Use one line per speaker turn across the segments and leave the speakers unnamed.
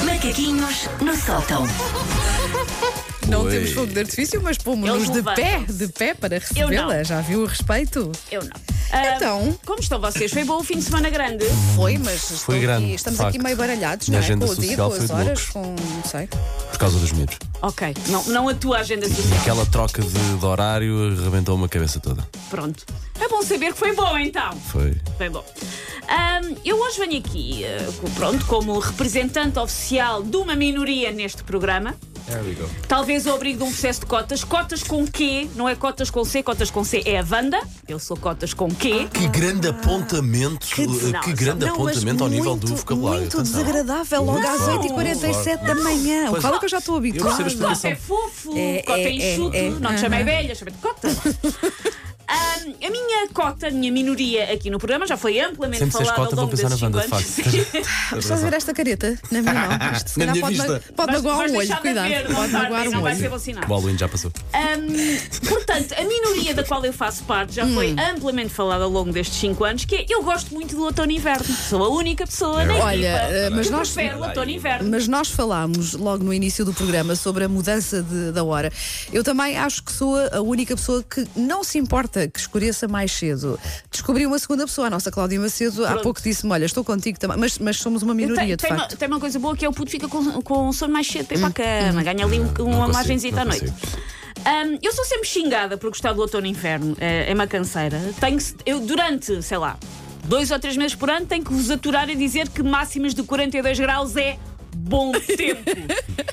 Macaquinhos no sótão.
Não
Oi.
temos fogo de artifício, mas pomos-nos
Eles
de pé,
levantam-se.
de pé para
Eu
recebê-la.
não.
Já viu o respeito?
Eu não. Ah,
Então?
Como estão vocês? Foi bom o fim de semana grande?
Foi, mas estou
Foi grande,
aqui- estamos
de
aqui
facto.
meio baralhados,
Minha
não é?
agenda
Com o dia,
social
com
foi
as
de
horas,
loucos.
com. não sei.
Por causa dos miúdos.
Ok. Não, não a tua agenda social.
Aquela troca de, de horário arrebentou-me a cabeça toda.
Pronto. É bom saber que foi bom então.
Foi.
Foi bom. Ahm, eu hoje venho aqui, eh, co- pronto, como representante oficial de uma minoria neste programa.
There we go.
Talvez ao abrigo de um processo de cotas. Cotas com Q, não é cotas com C, cotas com C é a Wanda. Eu sou cotas com Q.
Que grande apontamento, eh, que,
não,
grande
Não, mas
apontamento ao nível do
muito,
vocabulário.
Muito
Atenção.
desagradável, logo às
Claro,
8h47 da
claro.
manhã. O
Pois-
qual é que eu já estou
Eu percebo a
habituada?
explicação.
Cota é fofo,
É,
cota é,
é, é,
enxuto,
é.
não te chamei velha, chamei-te cota. Ahm, a minha cota, a minha minoria aqui no programa já foi amplamente
Sempre disseste
falada
cota,
ao
vou
longo
pensar na
desses
banda, de
cinco anos.
facto.
Estás a ver esta careta? Na minha mão. Isto, se
Na
calhar
minha
pode, ma-
vista.
pode
Mas-
magoar
mas
um olho,
deixa-me
cuidado.
ver, não
Pode
tarda,
magoar
não
um
vai ser
olho.
bom sinal.
O Halloween já passou.
Ahm, portanto, a minoria da qual eu faço parte já foi amplamente falada ao longo destes 5 anos, que é eu gosto muito do outono e inverno. Sou a única pessoa na
Olha, eh,
equipa
mas
que
nós-
prefere o outono e inverno.
Mas nós falámos logo no início do programa sobre a mudança de- da hora. Eu também acho que sou a única pessoa que não se importa que escureça mais cedo. Descobri uma segunda pessoa, a nossa Cláudia Macedo, há
Pronto.
pouco disse-me: Olha, estou contigo também, mas, mas somos uma
Eu
minoria,
tenho-
de
tem, uma,
facto. Hum.
tem uma coisa boa que é o puto fica com, com sono mais cedo, tem para a cama, ganha ali um- uma
consigo,
margenzita à
não
noite. Ahm, eu sou sempre xingada por gostar do outono e inverno, eh, é uma canseira. Tenho, que- eu, durante, sei lá, dois ou três meses por ano, tenho que vos aturar e dizer que máximas de 42 graus é bom tempo.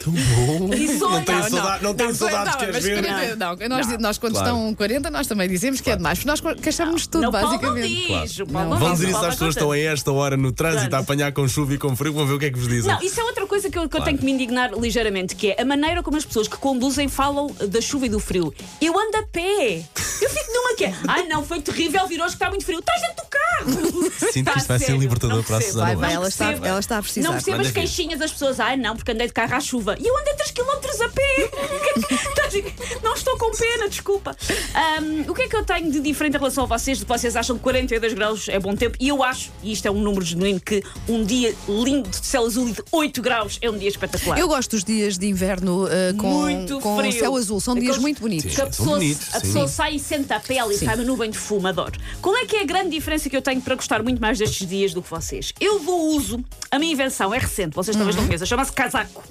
Tão bom.
E sou
Não tenho
eu.
saudade, Ah, não tenho saudades, queres ver?
ver?
não, nós, nós quando
claro.
estão 40, nós também dizemos que é demais, porque nós queixamos tudo,
Não, Paulo não
basicamente.
diz. o
Não.
Paulo não
Vão
diz, o
dizer isso
Paulo
às pessoas que
não
estão a esta hora no trânsito,
Trânsito.
a apanhar com chuva e com frio, vão ver o que é que vos dizem.
Não, isso é outra coisa que eu, que eu tenho que me indignar ligeiramente, que é a maneira como as pessoas que conduzem falam da chuva e do frio. Eu ando a pé. Eu fico numa que é. Ai não, foi terrível, vir hoje que está muito frio. Estás dentro do carro!
Sinto que isto vai ser libertador para a Susana
Vai,
Não
vai, ela está,
percebo.
ela está a precisar.
Não percebo as
Manda vir.
queixinhas das pessoas. Ai não, porque andei de carro à chuva. E eu andei 3 km a pé. Estás- não estou com pena, desculpa. Ahm, o que é que eu tenho de diferente em relação a vocês? De que vocês acham que 42 graus é bom tempo? E eu acho, e isto é um número genuíno, que um dia lindo de céu azul e de 8 graus é um dia espetacular.
Eu gosto dos dias de inverno eh, com,
muito
com
frio.
céu azul, são dias
Aqueles-
muito bonitos.
Que a
Sim, são
pessoa,
bonitos,
a
É sim.
pessoa sai e senta a pele e sai uma nuvem de fumo, adoro. Qual é que é a grande diferença que eu tenho para gostar muito mais destes dias do que vocês? Eu dou uso, a minha invenção é recente, vocês talvez não conheçam, chama-se casaco.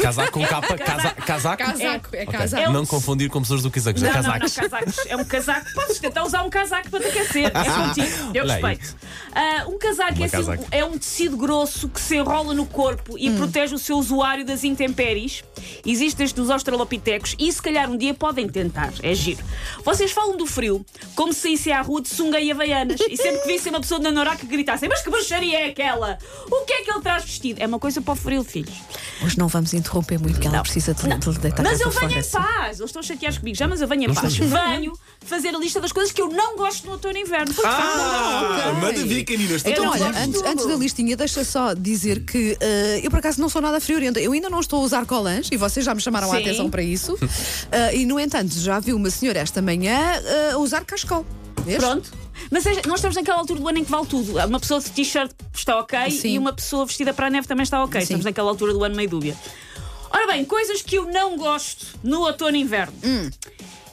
Casaco com capa, casa, casaco.
Casaco, é
Ok.
casaco.
É um-
Não confundir com pessoas do Quizac,
Não, não, não,
casacos.
casacos. É um casaco. Podes tentar usar um casaco para te aquecer. É contigo. Eu
Olha aí.
respeito. Ah, um casaco, é,
Uma
assim,
casaca.
é um tecido grosso que se enrola no corpo e protege o seu usuário das intempéries. Existe este dos australopitecos e se calhar um dia podem tentar. É giro. Vocês falam do frio como se saíssem à rua de sunga e havaianas e sempre que vissem uma pessoa na Noraca gritassem mas que bruxaria é aquela? O que é que ele traz vestido? É uma coisa para o frio, filhos.
Hoje não vamos interromper muito, que ela precisa de, de deitar
Mas
cá
eu
para
venho em
fora. é assim.
paz. Eles estão chateados comigo já, mas eu venho em paz. Venho fazer a lista das coisas que eu não gosto no outono e inverno. Porque
Ah,
ok.
manda vir, caninas.
Então,
não Ah,
olha,
gosto
antes,
de tudo.
antes da listinha, deixa só dizer que eh, eu por acaso não sou nada friorenta. Eu ainda não estou a usar colãs e vocês já me chamaram a
Sim.
atenção para isso. Eh, e no entanto, já vi uma senhora esta manhã eh, a usar cascol. Vês?
Pronto. Mas é- nós estamos naquela altura do ano em que vale tudo. Uma pessoa de t-shirt está ok
Sim.
e uma pessoa vestida para a neve também está ok.
Sim.
Estamos naquela altura do ano meio dúbia. Ora bem, coisas que eu não gosto no outono e inverno.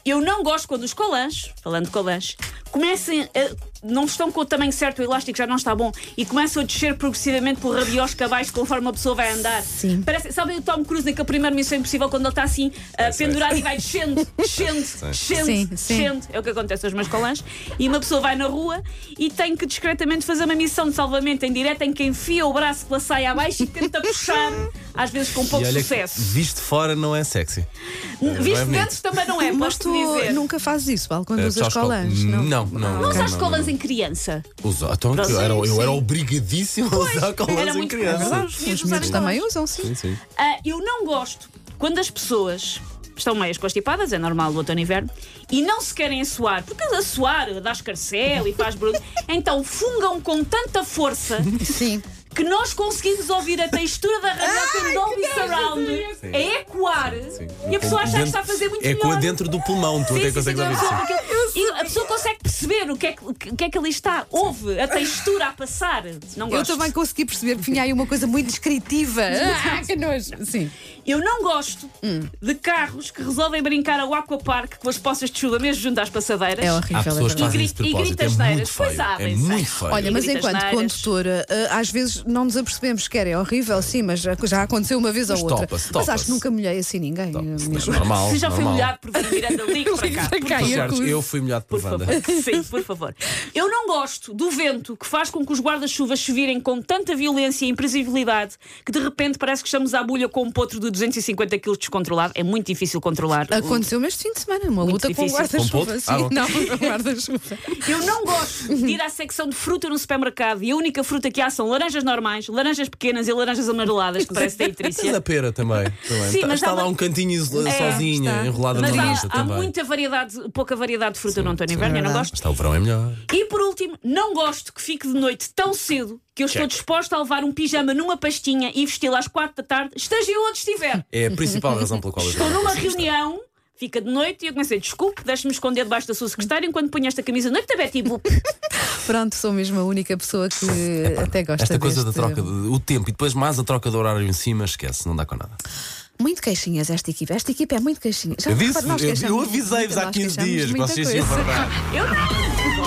Eu não gosto quando os colãs, falando de colãs, comecem a. Não estão com o tamanho certo, o elástico já não está bom e começam a descer progressivamente por rabiosca abaixo conforme a pessoa vai andar.
Sim.
Parece, sabem o Tom Cruise naquele primeiro Missão Impossível quando ele está assim ah, pendurado e vai descendo, descendo, descendo,
Sim, sim.
descendo. É o que acontece aos meus colãs. E uma pessoa vai na rua e tem que discretamente fazer uma missão de salvamento em direto em que enfia o braço pela saia abaixo e tenta puxar, às vezes com pouco
E olha que
sucesso.
Visto fora não é sexy.
Visto
bonito.
dentro também não é,
Mas
posso
tu
dizer.
nunca fazes isso, Val, quando
Eh,
usas
pessoas com-
colãs.
Não, não.
Não
ok,
usaste colãs em criança?
Usa- Então,
Sim,
eu, era, eu era
sim.
obrigadíssimo a usar
era
colãs em
muito comum.
criança.
Os
Os
miúdos
miúdos
usarem
também
colãs.
usam, sim.
Sim, sim.
Ah, eu não gosto quando as pessoas estão meias constipadas, é normal do outono e inverno, e não se querem assoar, porque a suar dá escarcel e faz barulho. então fungam com tanta força
Sim.
que nós conseguimos ouvir a textura da radioca em Dolby Surround a ecoar e a pessoa acha que está a fazer muito
é com
melhor.
dentro do pulmão, tu
Sim,
até
sim, sim,
consegues
não, a
ouvir
pessoa
isso.
fica- E a pessoa consegue perceber o que é que, o que, é que ali está? Houve a textura a passar. Não
Eu
gosto.
também consegui perceber que tinha aí uma coisa muito descritiva. ah, que nojo. Sim.
Eu não gosto
Hum.
de carros que resolvem brincar ao aquapark com as poças de chuva, mesmo junto às passadeiras.
É
Há
horrível. é
pessoas que
verdade.
fazem isso de
E gri- e
propósito. É
gritasneiras.
muito
Pois
feio. É
sabem, sabem.
muito feio.
Olha, mas
Gritas
enquanto
neiras.
condutora, eh, às vezes não nos apercebemos que era é horrível, sim, mas já- já aconteceu uma vez
Mas
ou outra.
topa-se,
Mas acho
topa-se.
que nunca molhei assim ninguém.
Isso
Mesmo.
não é normal.
Se já foi
normal.
molhado por vir Miranda, ligue para cá.
Ligue para cá,
por
eu
favor.
Certo,
acuso.
eu fui molhado por
Por
Wanda.
favor, sim, por favor. Eu não gosto do vento que faz com que os guarda-chuvas se virem com tanta violência e imprevisibilidade que de repente parece que estamos à bolha com um potro de 250 kg descontrolado. É muito difícil controlar.
Aconteceu-me este fim de semana, uma luta com o
difícil.
Com
guarda-chuva.
potro?
sim.
Ah, bom.
não, com o guarda-chuva.
Eu não gosto de ir à secção de fruta no supermercado e a única fruta que há são laranjas normais, laranjas pequenas e laranjas amareladas, que parece ter
Mas a
trícia.
pera também. também.
Sim,
Tá-
mas
está
há
lá
uma-
um cantinho isolado,
É,
sozinha,
está.
enrolada
Mas
na
há,
lista
há
também.
muita variedade, pouca variedade de fruta no outono e inverno, eu não
verdade.
gosto.
Está o verão é melhor.
E por último, não gosto que fique de noite tão cedo que eu estou
Check.
disposta a levar um pijama numa pastinha e vesti-lo às quatro da tarde, esteja eu onde estiver.
É a principal razão pela qual eu
Estou
também
numa
faço isto.
reunião, fica de noite e eu comecei, desculpe, deixe-me esconder debaixo da sua secretária enquanto ponho esta camisa de noite tipo, da Betty Boop.
Pronto, sou mesmo a única pessoa que até gosta
Esta coisa
deste-
da troca, de, o tempo e depois mais a troca de horário em cima, esquece, não dá com nada.
Muito queixinhas esta equipa. Esta equipa é muito queixinha. Já
Eu
repara,
disse,
nós
eu- eu
queixamos
avisei-vos
muito,
há
nós
15
queixamos
dias que
muita
vocês iam
coisa.
Eu